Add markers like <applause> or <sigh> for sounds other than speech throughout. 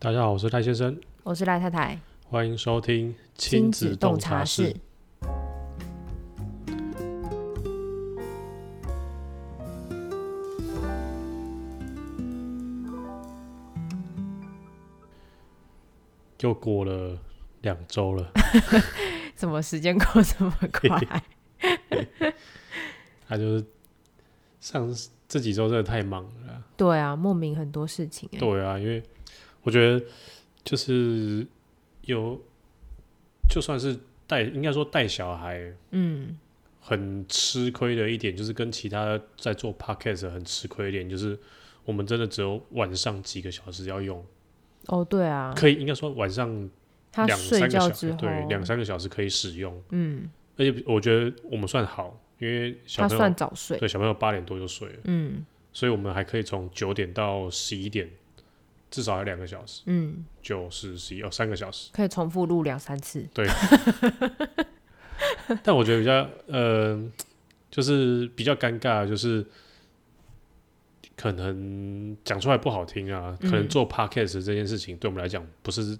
大家好，我是赖先生，我是赖太太，欢迎收听洞察室。。又过了两周了， <laughs> <laughs> 怎么时间过这么快？他就是上这几周真的太忙了啦。对啊，莫名很多事情、欸。对啊，因为我觉得就是有，就算是带，应该说带小孩嗯，很吃亏的一点，就是跟其他在做 podcast 的很吃亏一点，就是我们真的只有晚上几个小时要用，哦，对啊，可以应该说晚上他两睡三个觉小之时，后，对，两三个小时可以使用。嗯，而且我觉得我们算好，因为小他朋算友早睡。对小朋友八点多就睡了，嗯所以我们还可以从九点到十一点，至少还有两个小时，嗯，九十十一哦三个小 <laughs> 时。可以重复录两三次。但我觉得比较呃，就是比较尴尬，就是可能讲出来不好听啊，可能嗯做 podcast 这件事情对我们来讲不是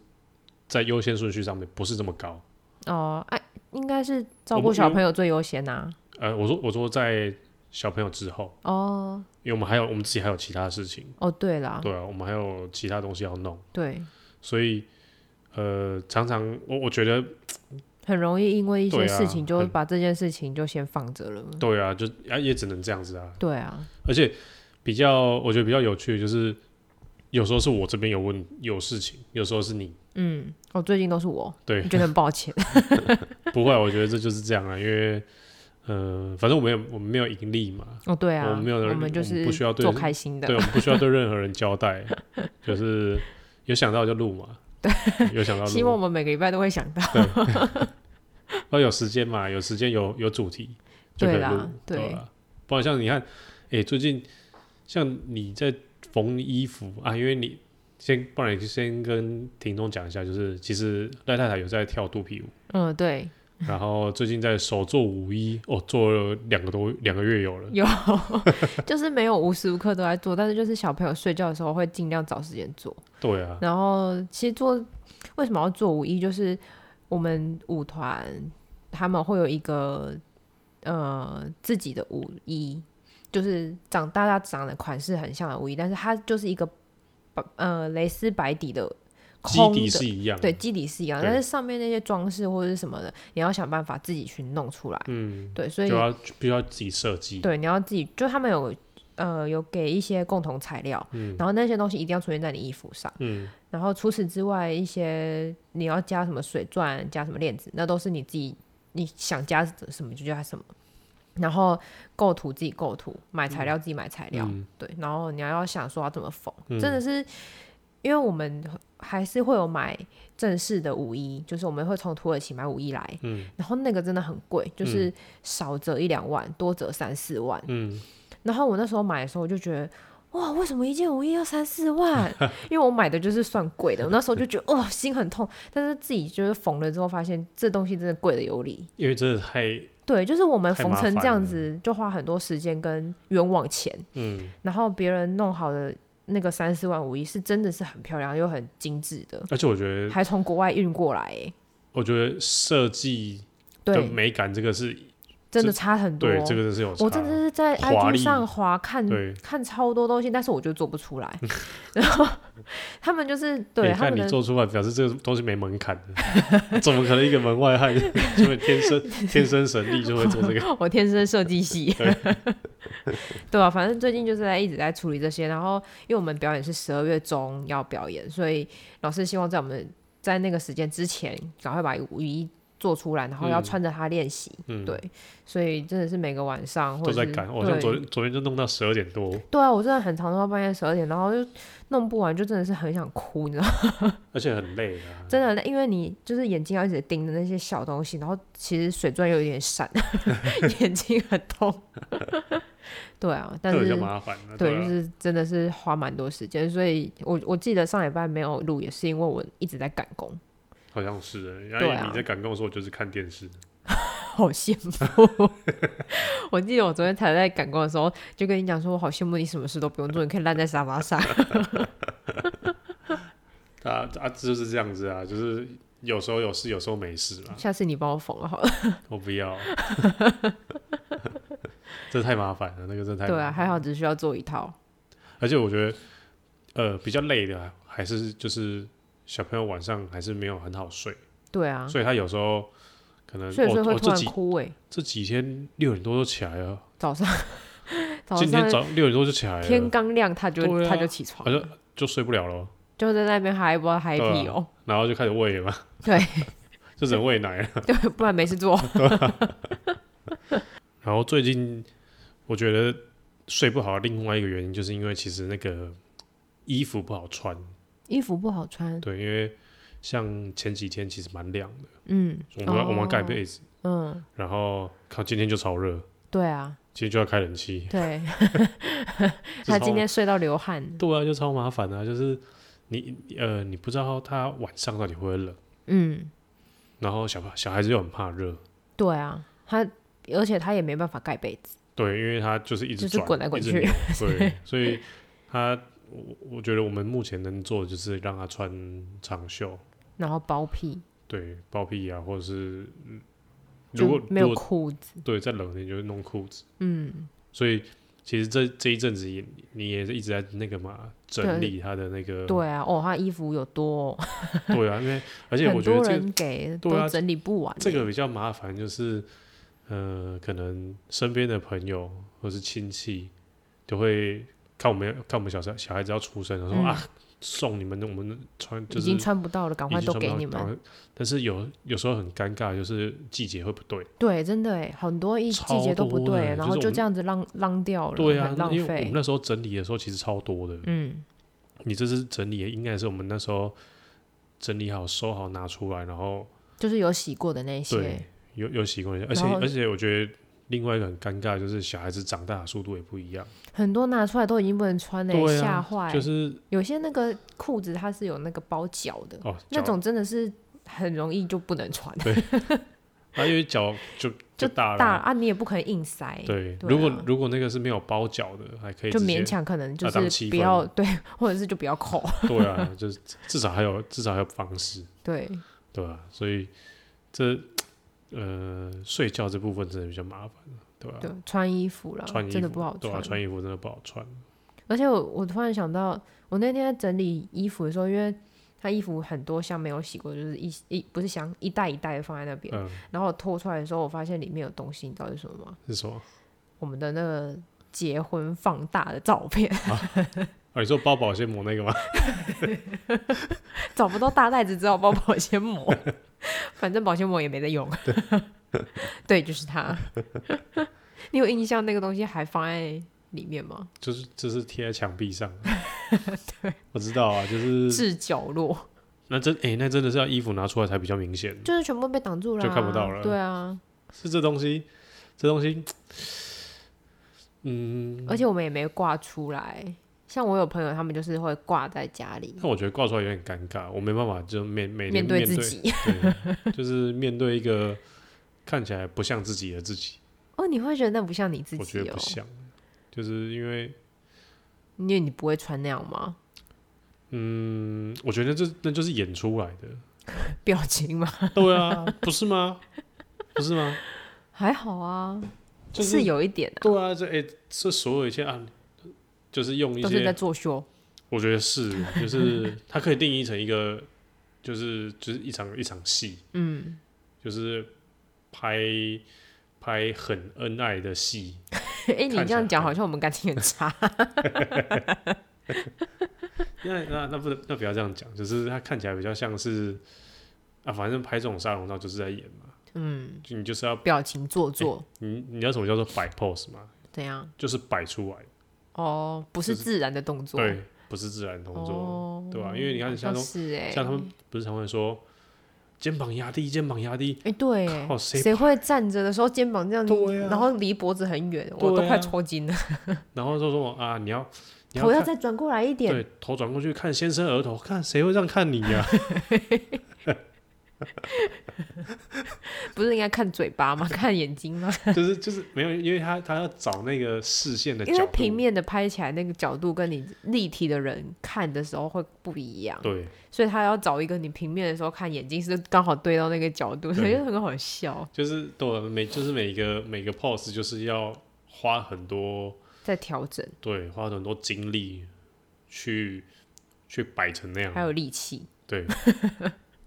在优先顺序上面不是这么高。哦，哎，应该是照我顾们小朋友最啊优先呐、呃，我说我说在小朋友之后，哦因为我们还有我们自己还有其他事情，哦，对啦，对啊，我们还有其他东西要弄，对，所以呃，常常我我觉得很容易因为一些对啊事情就很把这件事情就先放着了。对啊，就啊也只能这样子啊，对啊，而且比较我觉得比较有趣的就是。有时候是我这边有问有事情，有时候是你嗯，哦，最近都是我，对 <laughs> 我觉得很抱歉。 <laughs> 不会啊，我觉得这就是这样啊，因为呃，反正我们有我们没有盈利嘛，哦，对啊，我们没有人就我是们不需要对做开心的对，。我啊们不需要对任何人交代， <laughs> 就是有想到就录嘛，对，有 <laughs> 想到希望我录，们每个礼拜都会想到。要有时间嘛，有时间有有主题就可对以录啦，对对吧不然像你看，哎、最近像你在缝衣服啊，因为你先，不然你先跟听众讲一下，就是其实赖太太有在跳肚皮舞，嗯，对，然后最近在手做舞衣，哦，做了两个多两个月有了。有， <laughs> 就是没有无时无刻都在做，但是就是小朋友睡觉的时候会尽量找时间做。对啊，然后其实做为什么要做舞衣，就是我们舞团他们会有一个呃自己的舞衣，就是长大家长的款式很像的舞衣，但是它就是一个白呃蕾丝白底的基空底的。是一样的。对，基底是一样，对但是上面那些装饰或者是什么的，你要想办法自己去弄出来。嗯，对，所以就要必须要自己设计。对你要自己，就他们有呃有给一些共同材料，嗯然后那些东西一定要出现在你衣服上。嗯，然后除此之外，一些你要加什么水钻，加什么链子，那都是你自己你想加什么就加什么。然后构图自己构图，买材料自己买材料，嗯对。然后你还要想说要怎么缝，嗯真的是因为我们还是会有买正式的舞衣，就是我们会从土耳其买舞衣来，嗯然后那个真的很贵，就是少则一两万，多则三四万。嗯，然后我那时候买的时候，我就觉得，哇，为什么一件舞衣要三四万？ <laughs> 因为我买的就是算贵的，我那时候就觉得，哦，心很痛。但是自己就是缝了之后，发现这东西真的贵的有理。因为真的太对，就是我们太缝麻成这烦样了子，就花很多时间跟冤枉钱。嗯，然后别人弄好的那个三四万舞衣，是真的是很漂亮又很精致的，而且我觉得，还从国外运过来、欸。我觉得设计的对，美感这个是真的差很多。对，这个真是有差。我真的是嗯在华 IG 丽上滑看对看超多东西，但是我就做不出来。 <laughs> 然后 <laughs> 他们就是对你他看们你的做出来，表示这个东西没门槛的， <laughs> 怎么可能一个门外汉 <laughs> 就会天生天生神力就会做 <laughs> 这个？我天生设计 <laughs> 系， <laughs> 对啊，反正最近就是在一直在处理这些。然后因为我们表演是十二月中要表演，所以老师希望在我们在那个时间之前，赶快把舞衣做出来，然后要嗯穿着它练习。嗯，对，所以真的是每个晚上或都者在是赶。我像对昨天昨天就弄到十二点多，对啊，我真的很常弄到半夜十二点，然后就弄不完，就真的是很想哭，你知道吗？而且很累啊。真的，因为你就是眼睛要一直盯着那些小东西，然后其实水钻又有点闪， <laughs> 眼睛很痛。对啊，但这个比较是麻烦了。对，啊就是真的是花蛮多时间，所以我我记得上礼拜没有录，也是因为我一直在赶工， <laughs> 好像是。然对啊后你在赶工的时候，我就是看电视。好羡慕。 <laughs> 我记得我昨天才在赶工的时候，就跟你讲说，我好羡慕你什么事都不用做，你可以烂在沙发上。啊啊，就是这样子啊，就是有时候有事，有时候没事啦。 <laughs> 下次你帮我缝了好了。我不 <laughs> 要，这太麻烦了，那个真的太对麻啊，烦还好只需要做一套。而且我觉得，呃，比较累的还是就是小朋友晚上还是没有很好睡，对啊，所以他有时候可能所以说我会我突这然几枯萎。这几天六点多就起来了，早上， <laughs> 早今天上早六点多就起来天了，刚亮，他就、哎对啊他就起床好，像就睡不了了，就在那边嗨，不知道嗨对啊屁哦。 <laughs> 然后就开始喂了嘛，对， <laughs> 就只能喂奶了。对，不然没事做。然后最近我觉得睡不好的另外一个原因，就是因为其实那个衣服不好穿，衣服不好穿，对，因为像前几天其实蛮凉的，嗯，我们要、我们要盖哦被子，嗯，然后靠今天就超热，对啊，今天就要开冷气， <laughs> 对，这他超今天睡到流汗，对啊，就超麻烦啊，就是你呃你不知道他晚上到底会不会冷，嗯，然后小小孩子又很怕热，对啊，他而且他也没办法盖被子，对，因为他就是一直就是转滚来滚一直去 <laughs> 扭对，所以他我我觉得我们目前能做的就是让他穿长袖。然后包屁，对，包屁啊，或者是嗯如就果没如有果裤子，对再冷一点就是弄裤子，嗯，所以其实这这一阵子也你也是一直在那个嘛整理他的那个对啊，哦，他衣服有多、哦， <laughs> 对啊，因 <laughs> 为而且我很觉得多这个人给对啊都整理不完欸，这个比较麻烦，就是呃可能身边的朋友或是亲戚就会看我们看我们小孩小孩子要出生，然后说、嗯啊送你们我们穿就已是经穿不到了，赶已快经都穿不给到你赶们。快但是有有时候很尴尬，就是季节会不对。对，真的哎，很多一季超节都不多对的欸，然就是后我就们这样子浪浪掉了，对啊很，浪因为我们费。那时候整理的时候其实超多的。嗯，你这次整理也应该是我们那时候整理好、收好拿出来，然后就是有洗过的那对些，有有习惯一下，而且然后而且我觉得另外一个很尴尬就是小孩子长大的速度也不一样，很多拿出来都已经不能穿嘞，对吓啊坏。就是有些那个裤子它是有那个包脚的，哦那脚种真的是很容易就不能穿，对啊，因为脚就就 <laughs> 就大了大啊。啊你也不可能硬塞，对，对啊如果如果那个是没有包脚的，还可以就直接勉。强可能就啊当是七不分要 <laughs> 对，或者是就不要扣， <laughs> 对啊，就是至少还有至少还有方式，对，对吧、所以这呃睡觉这部分真的比较麻烦，对吧、啊对，穿衣服啦穿衣，服真的不好对啊，穿衣服真的不好穿。而且我我突然想到，我那天在整理衣服的时候，因为他衣服很多箱没有洗过，就是一一不是箱一袋一袋地放在那边，嗯，然后我拖出来的时候，我发现里面有东西，你知道是什么吗？是什么？我们的那个结婚放大的照片， <laughs> 啊，你说包保鲜膜那个吗？ <laughs> 找不到大袋子，只好包保鲜膜， <laughs> 反正保鲜膜也没在用。对，就是它。 <laughs> 你有印象那个东西还放在里面吗？就是就是贴在墙壁 <laughs> 上。对，我知道啊，就是置角落，那真哎、那真的是要衣服拿出来才比较明显。就是全部被挡住了、啊，就看不到了对啊，是这东西，这东西，嗯，而且我们也没挂出来。像我有朋友，他们就是会挂在家里，那我觉得挂出来有点尴尬，我没办法，就面每天面对对自，己。对，就是面对一个看起来不像自己的自己， <laughs> 哦，你会觉得那不像你自我己觉得哦不，像，就是因为因为你不会穿那样吗？ <laughs> 嗯，我觉得这那就是演出来的，表情吗？对啊，不是吗？不是吗？还好啊，就是有一点啊，对啊，这哎、这所有一切啊，就是用一都是在些，<laughs> 作秀。我觉得是，就是它可以定义成一个，就是就是一场一场戏，嗯，就是拍拍很恩爱的戏，哎、看你这起来样讲很好像我们感情 <laughs> 很差。那那那不能那不要这样讲，就是它看起来比较像是啊，反正拍这种沙龙照就是在演嘛，嗯，就你就是要表情做作，你你要什么叫做摆 pose 嘛，怎样？就是摆出来，哦，不是就是自然的动作，对，不是自然动作，哦，对啊吧、因为你看像像都是哎、像他们不是常会说肩膀压低，肩膀压低。哎、对欸，靠谁谁会站着的时候肩膀这样，对啊然后离脖子很远，对我都快啊抽筋了，然后说什么啊，你要你头要看再转过来一点，啊对头转过去看先生额头，看谁会这样看你呀、不是应该看嘴巴吗？ <laughs> 看眼睛吗？ <laughs> 就是就是没有，因为他他要找那个视线的因角为度，平面的拍起来那个角度跟你立体的人看的时候会不一样，对所以他要找一个你平面的时候看眼睛是刚好对到那个角度，所以对就很好笑。就是对每就是每个每个 pose 就是要花很多在调整，对花很多精力去去摆成那样，还有力气， <laughs> 对，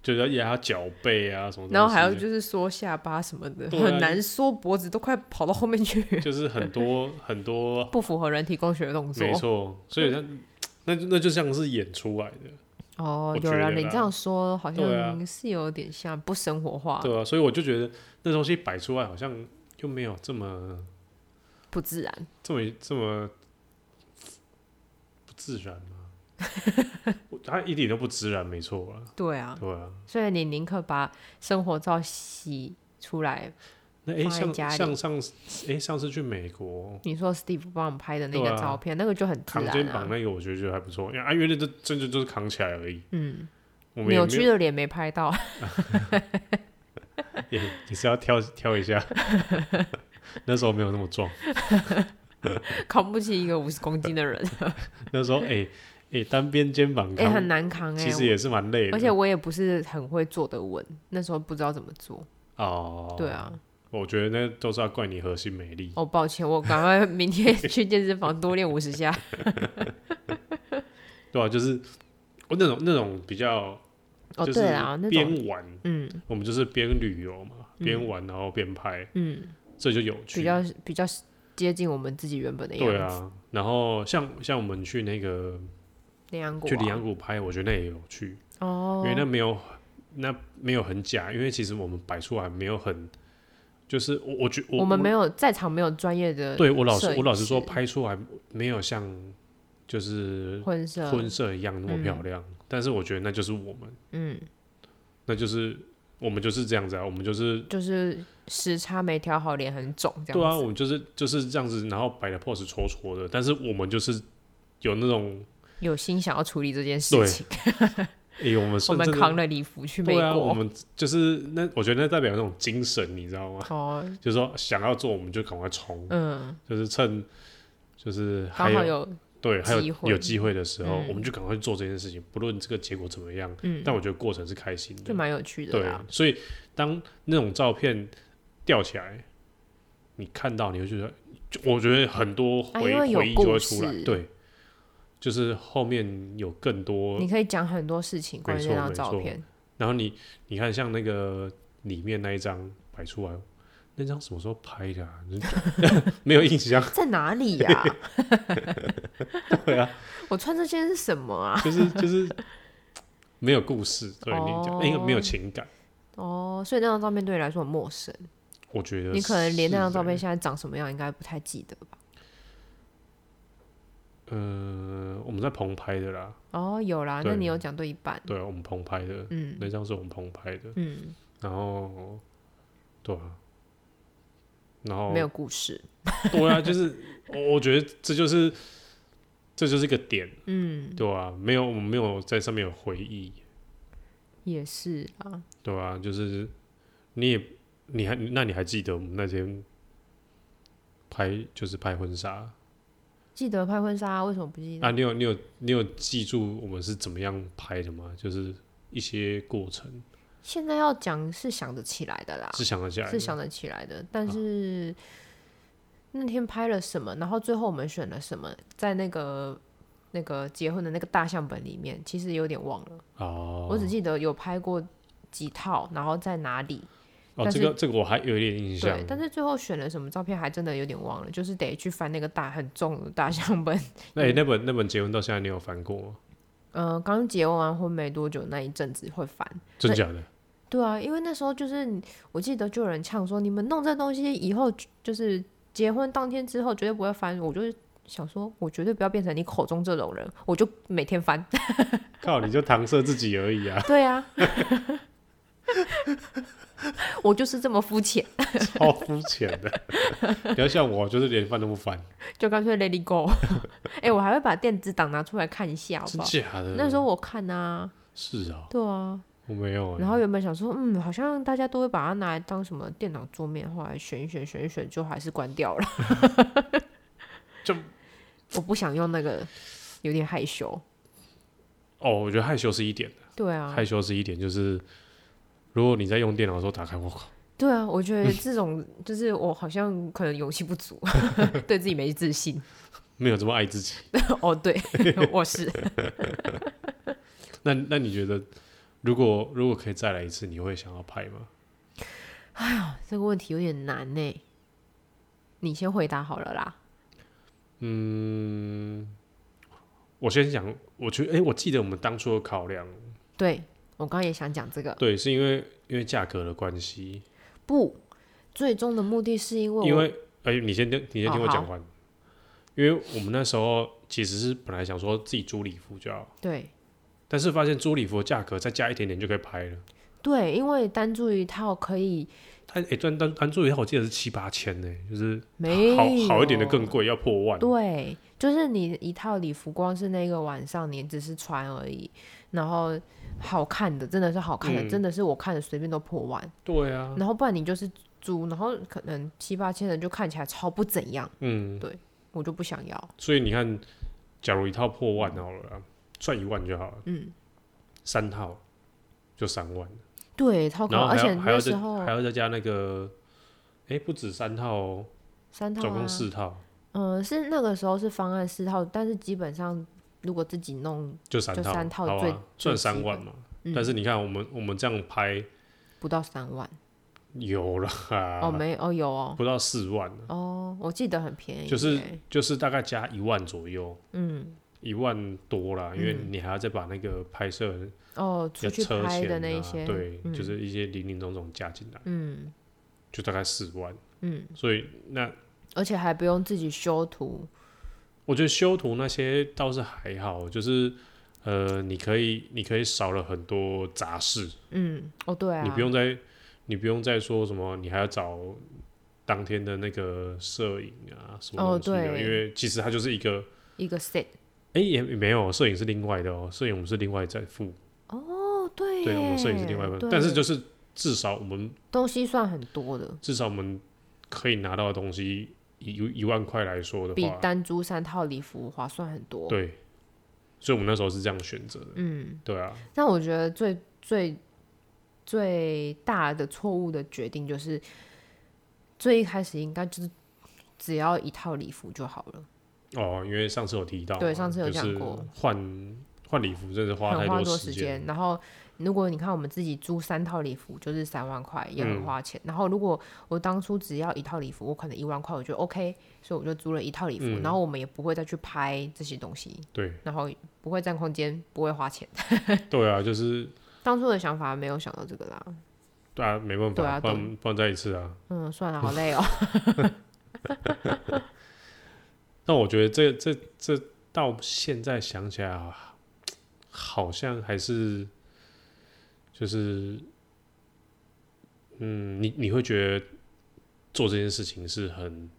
就是要压脚背啊什么东西的，然后还有就是缩下巴什么的，对啊很难缩脖子，都快跑到后面 <laughs> 去，就是很多很多，不符合人体工学的动 <laughs> 作没。错，所以他那那就像是演出来的，哦我，有觉了，得你啦这样说好对啊像是有点像不生活化，对啊，所以我就觉得那东西摆出来好像就没有这么不自然。这么这么不自然嘛， <laughs> 我他一点都不自然，没错啊，对啊，对啊。所以你宁可把生活照洗出来。那诶，放在家像里像上次诶，上次去美国你说 Steve 帮我们拍的那对个啊照片，那个就很自扛肩然膀啊。那个，我觉得觉得还不错，因为啊，因为那就真的就是扛起来而已，嗯，我们也扭没曲有的脸没拍到， <laughs> 也也是要挑挑一 <laughs> 下，那时候没有那么壮。扛不起一个五十公斤 <laughs> 的人，那时候哎哎、欸单边肩膀哎、扛，很难扛哎、其实也是蛮累的。而且我也不是很会坐得稳，那时候不知道怎么做。哦，对，啊，我觉得那都是要怪你核心没力。哦，抱歉，我赶快 <laughs> 明天去健身房多练五 <laughs> 十下。对啊，就是我那种那种比较哦，就是对啊，那种边玩，嗯我们就是边旅游嘛，边玩然后边拍，嗯，这就有趣。比较比较接近我们自己原本的样子。对啊，然后像像我们去那个羚羊谷、啊，去里昂谷拍，我觉得那也有趣，哦因，为那没有那没有很假，因为其实我们摆出来没有很，就是我我觉我我们没有在场没有专业的对我老实摄影我老实说，师拍出来没有像就是婚摄，婚摄一样那么漂亮，但是我觉得那就是我们，嗯，那就是我们就是这样子啊，我们就是就是时差没调好，脸很肿这样子。对啊，我们就是就是这样子，然后摆的 pose 戳戳的，但是我们就是有那种，有心想要处理这件事对情，诶、我们我是们真的扛了礼服去美对啊，我国。们就是那我觉得那代表那种精神，你知道吗？哦，就是说想要做，我们就赶快冲，嗯，就是趁就是还刚好有有对，还有机会有机会的时候，嗯我们就赶快去做这件事情，不论这个结果怎么样，嗯但我觉得过程是开心就的，蛮有趣的啊对啊啦。，所以当那种照片吊起来，你看到你会觉得，就我觉得很多啊回、因为有回忆就会出来故事，对，就是后面有更多你，可以讲很多事情关于没那错张没照错片，然后你你看像那个里面那一张摆出来，那张什么时候拍的、啊？ <laughs> 没有印象，在哪里呀、 <laughs> 对啊， <laughs> 我穿这件是什么啊？就是就是没有故事，对你哦讲，因为没有情感。哦，所以那张照片对你来说很陌生，我觉得你可能连那张是照片欸，现在长什么样应该不太记得吧？呃，我们在棚拍的啦，哦，有啦，那对你有讲对一半，对啊，我们棚拍的，嗯那张是我们棚拍的，嗯，然后对啊，然后没有故事，对啊，就是我我觉得这就是这就是一个点，嗯，对啊，没有我们没有在上面有回忆，也是啊，对啊，就是你也你还那你还记得我们那天拍就是拍婚纱记得拍婚纱，为什么不记得？啊？你有你有你有记住我们是怎么样拍的吗？就是一些过程现在要讲是想得起来的啦，是啊想得起来的啊是想得起来的，但是那天拍了什么，然后最后我们选了什么，在那个那个结婚的那个大相本里面，其实有点忘了，哦，我只记得有拍过几套，然后在哪里，哦，但这是个这个我还有一点印象对，，但是最后选了什么照片还真的有点忘了，就是得去翻那个大很重的大相本，那、那本那本结婚到现在你有翻过吗？嗯、刚结完婚没多久那一阵子会翻，真假的？对啊，因为那时候就是你我记得就有人呛说，你们弄这东西以后就是结婚当天之后绝对不会翻。我就是想说，我绝对不要变成你口中这种人，我就每天翻。 <laughs> 靠，你就搪塞自己而已啊，对啊， <laughs> 我就是这么肤浅，超肤浅的。你要像我，就是连翻都不翻，就干脆 let it go。哎、 <laughs> 我还会把电子档拿出来看一下，好不真好？假的？那时候我看啊，是啊、对啊，我没有、欸，然后原本想说，嗯，好像大家都会把它拿来当什么电脑桌面，后来选一选选一选，就还是关掉了。 <laughs> 就 <laughs> 我不想用那个，有点害羞。哦，我觉得害羞是一点的，对啊，害羞是一点，就是如果你在用电脑的时候打开，我靠，对啊，我觉得这种嗯就是我好像可能勇气 <laughs> 不足，对自己没自信。 <laughs> 没有这么爱自己。<laughs> 哦，对，我是那那你觉得，如果如果可以再来一次，你会想要拍吗？这个问题有点难呢。你先回答好了啦。我先想，我觉得，哎、我记得我们当初的考量，对我刚刚也想讲这个，对，是因为因为价格的关系，不，最终的目的是因为我因为，哎、你先听，你先听哦我好讲完。因为我们那时候其实是本来想说自己租礼服就好，对但是发现租礼服的价格再加一点点就可以拍了。对，因为单注一套可以它哎，单单单租一套我记得是七八千呢，就是没好有好一点的更贵，要破万。对，就是你一套礼服，光是那个晚上你只是穿而已，然后好看的真的是好看的，嗯真的是我看的随便都破万，对啊，然后不然你就是租，然后可能七八千的就看起来超不怎样，嗯，我就不想要。所以你看，假如一套破万好了啊，算一万就好了。嗯，三套就三万，对，超可然怕，后还而且要还那要时再候还要再加那个，哎，不止三套哦，三套、啊，总共四套，嗯、是那个时候是方案四套，但是基本上如果自己弄就三就套，三套好最啊，算最基三万本嗯嘛。但是你看，我们我们这样拍不到三万，有了哦，没哦有哦，不到四万，啊哦，我记得很便宜耶，就是就是大概加一万左右，嗯，一万多啦，因为你还要再把那个拍摄哦，出的去车拍的钱那一啊，些，对，嗯就是一些零零总总加进来，嗯就大概四万。嗯，所以那而且还不用自己修图，我觉得修图那些倒是还好，就是呃，你可以你可以少了很多杂事，嗯，哦对啊，你不用再你不用再说什么，你还要找当天的那个摄影啊什么哦东西的，对因为其实它就是一个。一个 set，哎、也也没有，摄影是另外的哦，摄影我们是另外再付，哦对对，我们摄影是另外耶分，对但是就是至少我们东西算很多的，至少我们可以拿到的东西，以一一万块来说的比话，单租三套礼服划算很多，对，所以我们那时候是这样选择的，嗯，对啊，但我觉得最最最大的错误的决定就是，最一开始应该就是只要一套礼服就好了，哦，因为上次有提到嘛，对上次有就讲是过换换礼服真的是花太很花多时间，间。然后如果你看我们自己租三套礼服就是三万块，也嗯很花钱。然后如果我当初只要一套礼服，我可能一万块我就 OK，所以我就租了一套礼服。嗯然后我们也不会再去拍这些东西，对然后不会占空间，不会花钱。 <laughs> 对啊，就是当初的想法没有想到这个啦，对啊，没办对法，啊不然不然再一次啊，嗯，算了，好累哦。但我觉得这这这到现在想起来啊，好像还是就是，嗯，你你会觉得做这件事情是很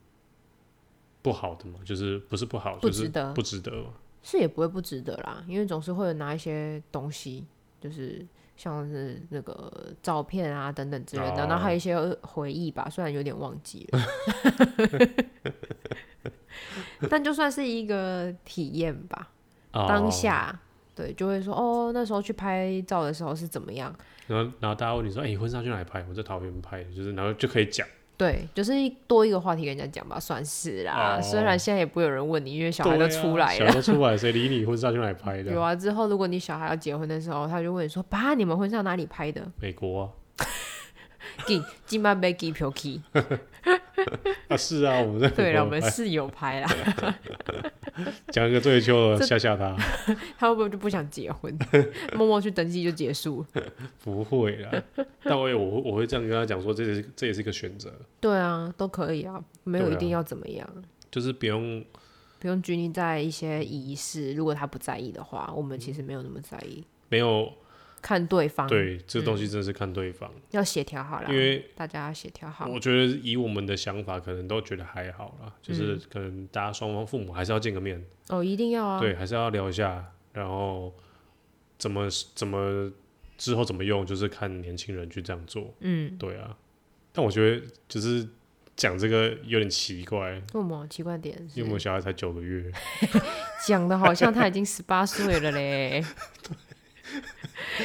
不好的吗？就是不是不好，不就是值得不值得嘛。是也不会不值得啦，因为总是会有拿一些东西，就是像是那个照片啊等等之类的，哦然后还有一些回忆吧，虽然有点忘记了， <laughs> 但就算是一个体验吧，哦当，下。对，就会说哦，那时候去拍照的时候是怎么样？然后然后大家问你说：“哎、你婚纱去哪里拍？”我在桃园拍，就是然后就可以讲，对，就是一多一个话题跟人家讲吧，算是啦。哦虽然现在也不会有人问你，因为小孩对都啊出来小了孩。都出来，谁理你婚纱去哪里拍有的？啊，之后如果你小孩要结婚的时候，他就问你说：“爸，你们婚纱哪里拍的？”美国啊给今晚被机 <laughs> 票去。啊，是啊，我们在美对了，我国们拍室友拍啦， <laughs> 讲一个最秋的这吓吓他。他会不会就不想 <laughs> 结婚，默默去登记就结束了？不会啦，但我也我会我会这样跟他讲说，这也是这也是一个选择，对啊，都可以啊，没有对一啊定要怎么样，就是不用不用拘泥在一些仪式。如果他不在意的话，我们其实没有那么在意，没有看对方，对这东西真的是看对方，要协调好啦，因为大家要协调好。我觉得以我们的想法，可能都觉得还好啦，嗯就是可能大家双方父母还是要见个面，哦，一定要啊，对，还是要聊一下，然后怎么怎么之后怎么用，就是看年轻人去这样做。嗯，对啊，但我觉得就是讲这个有点奇怪，为什么奇怪点是？因为我们小孩才九个月，讲的好像他已 <laughs> 经十八岁了嘞。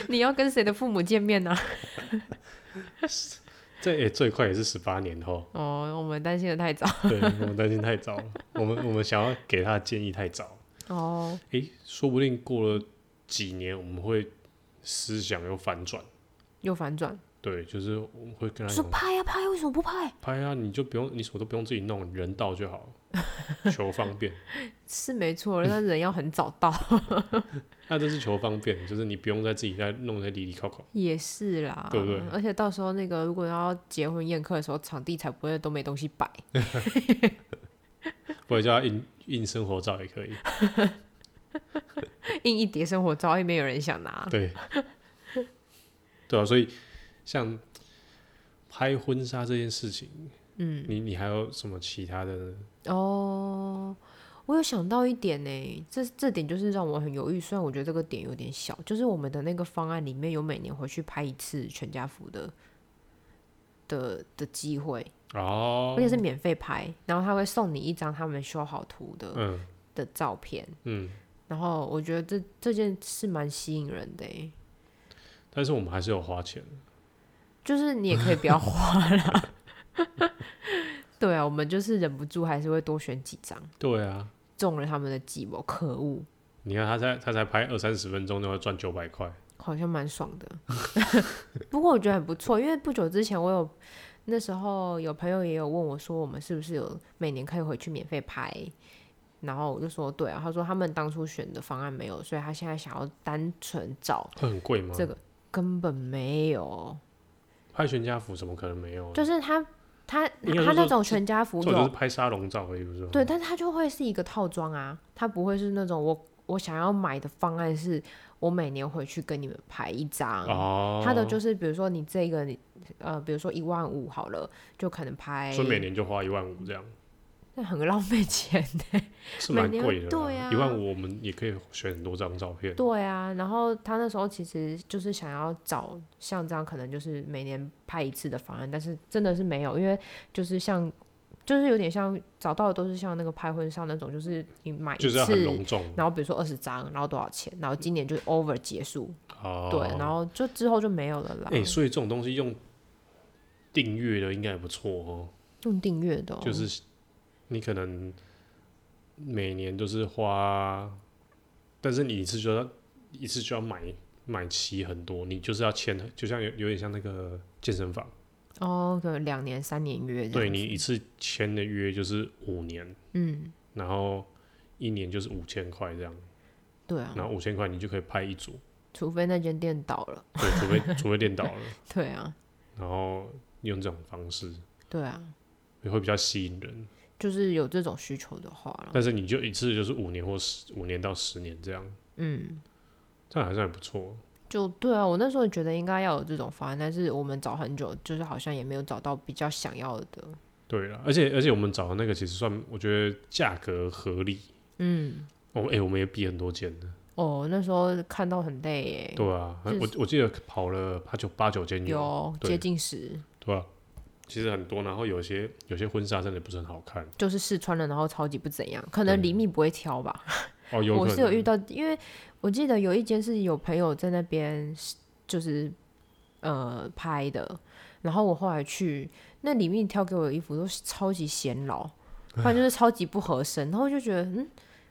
你要跟谁的父母见面呢、啊这、欸、最快也是十八年后。哦，我们担心的太早。对我们担心太早了，我们我们想要给他的建议太早。哦，诶、说不定过了几年，我们会思想有反转。又反转，对，就是我们会跟他说讲，拍呀、拍，为什么不拍？拍啊，你就不用，你什么都不用自己弄，人到就好了，求方便。是没嗯错，但人要很早到。那这是求方便，就是你不用再自己再弄那里里靠靠。 <laughs> 也是啦，对不对而且到时候那个如果要结婚宴客的时候，场地才不会都没东西摆。 <laughs> 或者叫他印印生活照也可以。印一叠生活照，也没有人想拿。对，对啊，所以像拍婚纱这件事情，嗯，你你还有什么其他的呢？哦，我有想到一点呢，这这点就是让我很犹豫。虽然我觉得这个点有点小，就是我们的那个方案里面有每年回去拍一次全家福的的的机会，哦，而且是免费拍，然后他会送你一张他们修好图的、嗯的照片。嗯，然后我觉得这这件事蛮吸引人的欸诶，但是我们还是有花钱，就是你也可以不要花啦。 <laughs> 对啊，我们就是忍不住还是会多选几张，对啊，中了他们的计谋，可恶，你看他才他才拍二三十分钟，就要赚九百块，好像蛮爽的。 <laughs> 不过我觉得很不错，因为不久之前我有那时候有朋友也有问我说，我们是不是有每年可以回去免费拍？然后我就说对啊，他说他们当初选的方案没有，所以他现在想要单纯找会很贵吗？这个根本没有。拍全家福怎么可能没有啊？就是他他应该是他那说种全家福这就是有，拍沙龙照而已，不是吗？对，但是他就会是一个套装啊，他不会是那种我我想要买的方案是我每年回去跟你们拍一张。哦，他的就是，比如说你这个，你呃，比如说一万五好了，就可能拍，所以每年就花一万五这样，那很浪费钱。是蛮贵的啦，对啊一万五我们也可以选很多张照片，对啊，然后他那时候其实就是想要找像这样，可能就是每年拍一次的方案，但是真的是没有，因为就是像，就是有点像找到的都是像那个拍婚纱那种，就是你买一就次是要很隆重然后比如说二十张，然后多少钱，然后今年就 over 结束，哦。对，然后就之后就没有了啦。哎、所以这种东西用订阅的应该也不错哦，用订阅的、哦，就是你可能每年都是花，但是你一次就要一次就要买买齐很多，你就是要签，就像有有点像那个健身房，哦，可能两年、三年约这对样你子一次签的约就是五年，嗯，然后一年就是五千块这样，对啊，然后五千块你就可以拍一组，除非那间店倒了，对，除非 <laughs> 除非练到了，对啊，然后用这种方式对啊，也会比较吸引人。就是有这种需求的话啦，但是你就一次就是五年或十五年到十年这样，嗯，这样好像也不错。就对啊，我那时候觉得应该要有这种方案，但是我们找很久，就是好像也没有找到比较想要的，对啦，而且而且我们找的那个其实算，我觉得价格合理。嗯，哦，哎、我们也比很多间的，哦，那时候看到很累耶，对啊，就是我我记得跑了八九八九间有，有对接近十，对吧、其实很多，然后有些有些婚纱真的不是很好看就是试穿了，然后超级不怎样，可能对李密不会挑吧，哦，有我可是有能遇到，因为我记得有一间是有朋友在那边是，就是呃拍的，然后我后来去那里面挑给我的衣服都是超级显老，不然就是超级不合身，然后我就觉得嗯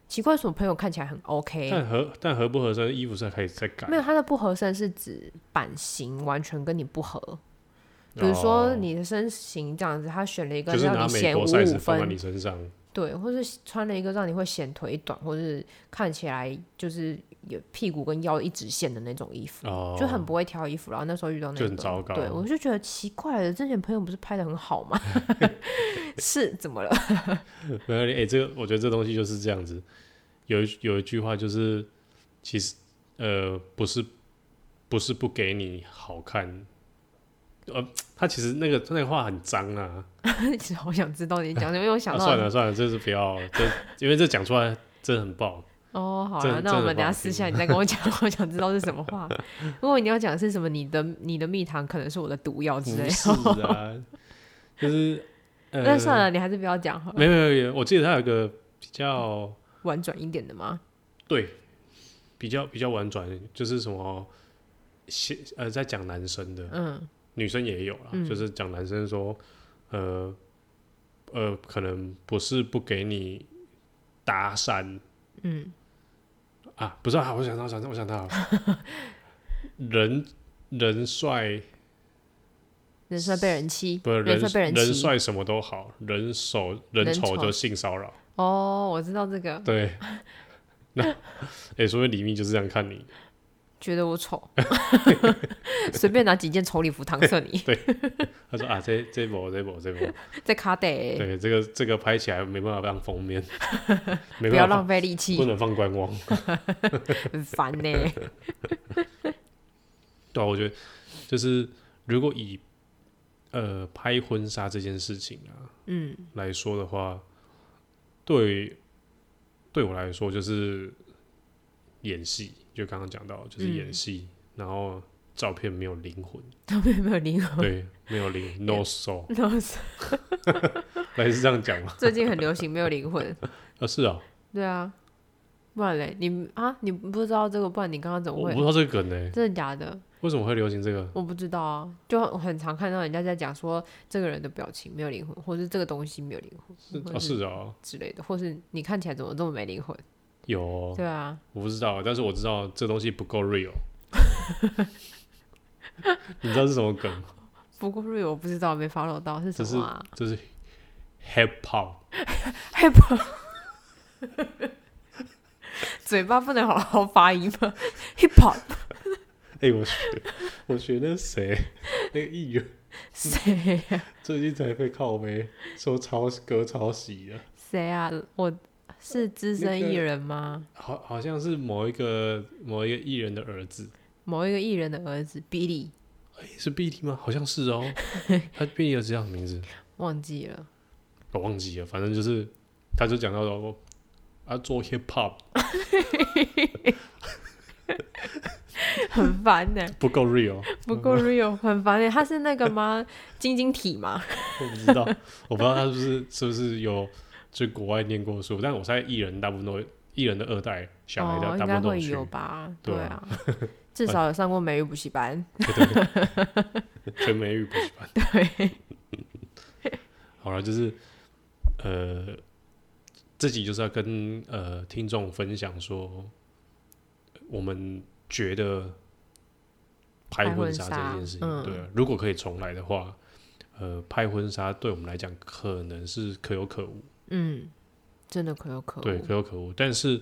奇怪，为什么朋友看起来很 OK，但合但合不合身，衣服是可以再改没。有他的不合身是指版型完全跟你不合，比如哦说你的身形这样子，他选了一个就是让拿你美显五国 size 五放在你分，身上，对，或是穿了一个让你会显腿短，或是看起来就是有屁股跟腰一直线的那种衣服，哦，就很不会挑衣服。然后那时候遇到那就个，很糟糕对我就觉得奇怪了，之前朋友不是拍的很好吗？ <laughs> 是怎么了？ <laughs> 没有，哎、这个我觉得这东西就是这样子。有一有一句话就是，其实呃，不是不是不给你好看，呃，他其实那个那个话很脏啊。其实好想知道你讲什么，因为我想啊到、算了算了，这是不要了，这因为这讲出来真的很爆。哦，好这了，那我这们很等下好私听下你再跟我讲， <laughs> 我想知道是什么话。如果你要讲是什么，你的你的蜜糖可能 <laughs> 是我的毒药不之类的。是啊，就是呃， <laughs> 那算了，你还是不要讲好了，没有，没有没有，我记得他有一个比较婉转一点的嘛。对，比较比较婉转，就是什么写呃，在讲男生的，嗯女生也有啦，就是讲男生说，呃呃，可能不是不给你搭讪嗯，啊，不是啊，我想到，我想到，我想到了人人帅人帅被人欺，不是人帅被人人欺。帅什么都好，人丑人人丑丑就性骚扰，哦，我知道这个，对， <laughs> 那 <laughs> 哎、说明李密就是这样看你，觉得我丑， <laughs> 随便拿几件丑礼服搪塞你，他说啊，这这波这波这波，在卡得对，这个这个拍起来没办法当封 <laughs> 面，没不要办法浪费力放，不气，能放观光。很烦呢。 <laughs> 对啊、我觉得就是如果以呃拍婚纱这件事情啊嗯来说的话，对对我来说就是演戏，就刚刚讲到就是嗯演戏，然后照片没有灵 <laughs> 魂，有没有灵魂？ <laughs> 对，没有灵魂，no soul， <laughs> 然后是来是这样讲吗？最近很流行没有灵魂，啊，是啊，对啊，不然嘞，你啊，你不知道这个，不然你刚刚怎么我不会知？道这个梗呢、真的假的？为什么会流行这个？我不知道啊，就很很常看到人家在讲说这个人的表情没有灵魂，或是这个东西没有灵是魂，或啊，是是啊，之类的，或是你看起来怎么这么没灵魂？有哦对啊，我不知道，但是我知道这东西不够 <laughs> real。你知道是什么梗吗？不过瑞我不知道，没 follow 到是什这是么啊？这是 hip hop，害怕，嘴巴不能好好发音吗？Hip <laughs> hop 哎、我学 <laughs> 我学那谁那个艺人谁啊最近才被靠没说抄歌抄袭的，谁啊？我是资深艺人吗？好好像是某一个某一个艺人的儿子，某一个艺人的儿子 Billy 哎、是 BT 吗？好像是 <laughs> 哦，他 BT 儿子叫什么名字？忘记了， <laughs> 我忘记了，反正就是他就讲到说啊做 hip hop 很烦 <laughs> 呢、不够 real，不够 real，很烦耶。他是那个 <laughs> 吗？晶晶体吗？我不知道，我不知道他是不是是不是有去国外念过书，但我猜艺人大部分都艺人的二代小孩哦，的大应部该分都会去，有吧？对对啊啊，至少有上过美语补习班。全美语补习班。对， <laughs> 好了，就是呃，自己就是要跟呃听众分享说，我们觉得拍拍婚婚纱纱这件事情，嗯对啊、如果可以重来的话，呃，拍婚纱对我们来讲可能是可有可无，嗯，真的可有可无。对，可有可无。但是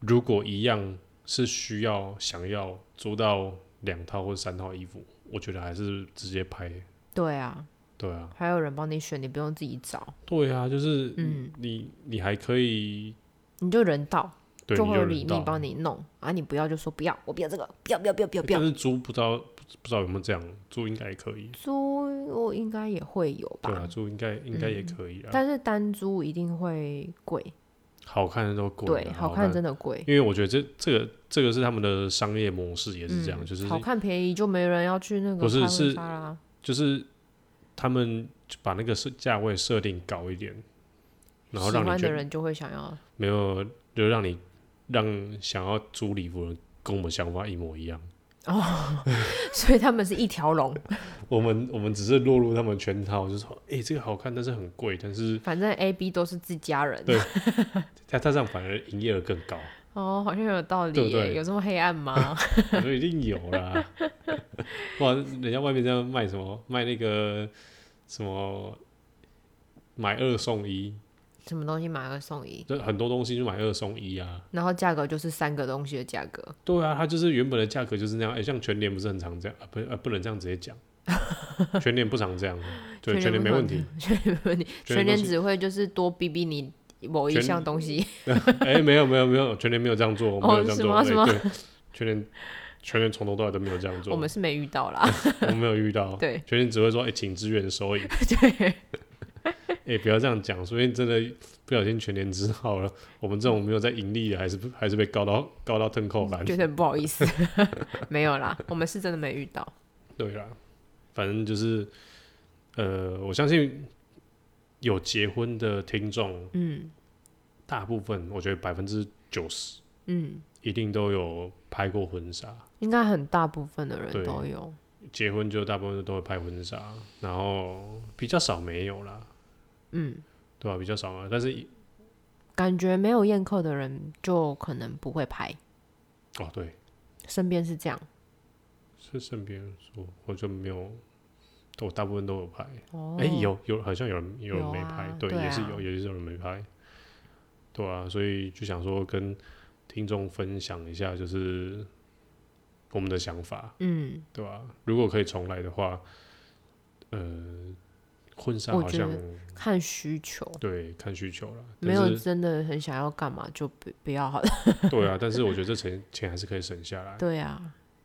如果一样是需要想要租到两套或三套衣服，我觉得还是直接拍，对啊，对啊，还有人帮你选，你不用自己找，对啊，就是嗯你你还可以你就人到，对，就你会有人李到密帮你弄啊，你不要就说不要，我不要这个，不要不要不要不要不但要。是租不知道不知道有没有这样，租应该也可以，租我应该也会有吧，啊嗯对啊，租应该应该也可以啊。但是单租一定会贵，好看的都贵啊，对，好看真的贵，因为我觉得这这个这个是他们的商业模式也是这样，嗯就是好看便宜就没人要去那个不是拍婚是纱啦。就是他们就把那个设价位设定高一点，然后喜让欢你觉的得人就会想要， <laughs> 没有，就让你让想要租礼服的人跟我们想法一模一样，所以他们是一条龙。我们我们只是落入他们圈套，就说哎、这个好看，但是很贵，但是反正 A、B 都是自家人。对它它这样反而营业额更高。哦，好像有道理对不耶对有这么黑暗吗？ <laughs> 我说一定有啦，哇，人家外面这样卖什么？卖那个什么买二送一，什么东西买二送一，就很多东西就买二送一啊。然后价格就是三个东西的价格。对啊，它就是原本的价格就是那样。哎、像全联不是很常这样啊？不，呃，不能这样直接 <laughs> 讲。全联不常这样，啊对，全全联联没不问常题。 <laughs> 全联都年是只会就是多逼逼你某一全项东西。哎、没有没有没有，全联没有这样做，我们哦没有这样是做。吗哎是吗对，全联全联哦从头到尾都没有这样做，我 <laughs> 们是没遇到啦。我没有遇到。 <laughs> 对 <laughs> <laughs> 全联只会说哎、请支援收银。对，哎、不要这样讲，所以真的不小心全年知道了，我们这种没有在盈利的，还是还是被告到告到腾 <laughs> 扣篮。觉得很不好意思， <laughs> 没有啦，我们是真的没遇到。对啦，反正就是，呃，我相信有结婚的听众，嗯大部分我觉得百分之九十嗯，一定都有拍过婚纱，应该很大部分的人对都有。结婚就大部分都会拍婚纱，然后比较少没有啦，嗯，对吧、比较少啊，但是一感觉没有宴客的人就可能不会拍，哦，对，身边是这样。是身边说我就没有，我大部分都有拍，哦，哎、有有好像有人有人有没啊拍，对，对也是啊有，也是有人没拍，对啊，所以就想说跟听众分享一下，就是我们的想法，嗯，对吧、如果可以重来的话，呃，婚纱我好觉像得看需求，对看需求了，没但有是 <laughs> 真的很想要干嘛就不不要好了。 <laughs> 对啊，但是我觉得这钱钱还是可以省下来，对啊，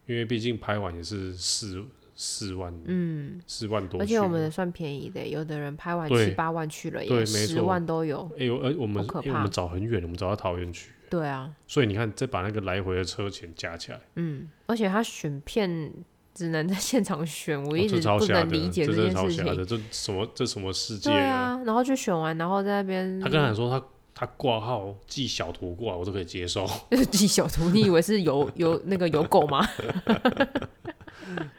因为毕竟拍完也是四四万嗯，四万多去，而且我们的算便宜的，有的人拍完对七八万去了对耶，没十错万都有。哎呦，而我们好可因为我们怕找很远，我们找到桃园去，对啊，所以你看再把那个来回的车钱加起来。嗯，而且他选片只能在现场选，我我一哦这直超不瞎能的，理解这真件的超事瞎情。的，这什么这什么世界对？啊，然后就选完，然后在那边他跟他说他他挂号寄小图过来，我都可以接受。 <laughs> <laughs> 就是寄小图，你以为是有有那个有狗吗？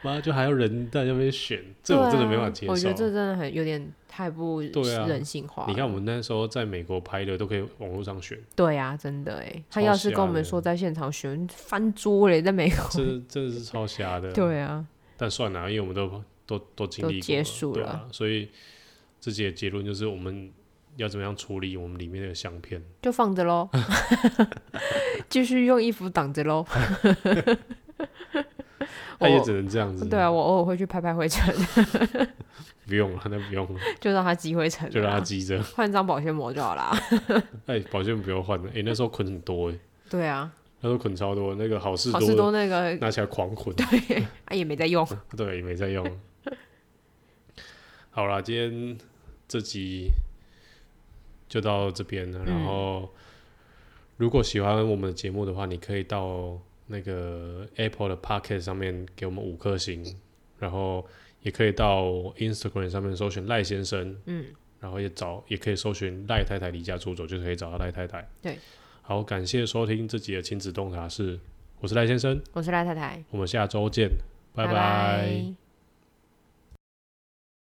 妈，就还要人在那边选， <laughs> 这我真的没办法接对啊我觉受得。这真的很有点太不对啊人性化了。你看我们那时候在美国拍的都可以网络上选， <laughs> 对啊，真的哎，他超要是跟瞎我们的说在现场选翻桌嘞，在美国。这真的是超瞎的。，对啊，但算了，因为我们都都都经历都过结束对了啊，所以自己的结论就是我们要怎么样处理我们里面的相片。就放 <laughs> 着喽，继续用衣服挡着喽。那也我只能这样子。对啊，，我偶尔会去拍拍灰尘， <laughs> 不用了，那不用了，就让它积灰尘啊，就让它积着。换张保鲜膜就好啊啦。哎，保鲜不要换了。哎，那时候捆很多哎，对啊，那时候捆超多，那个好事好多事的多那个拿起来狂 <laughs> 捆，对，啊也没在用。对，也没在用。好啦，今天这集就到这边了。然嗯后，如果喜欢我们的节目的话，你可以到那个 Apple 的 Pocket 上面给我们五颗星，然后也可以到 Instagram 上面搜寻赖先生，嗯，然后也找也可以搜寻赖太太离家出走，就可以找到赖太太。对，好，感谢收听这集的亲子洞察室，我是赖先生，我是赖太太，我们下周见，拜拜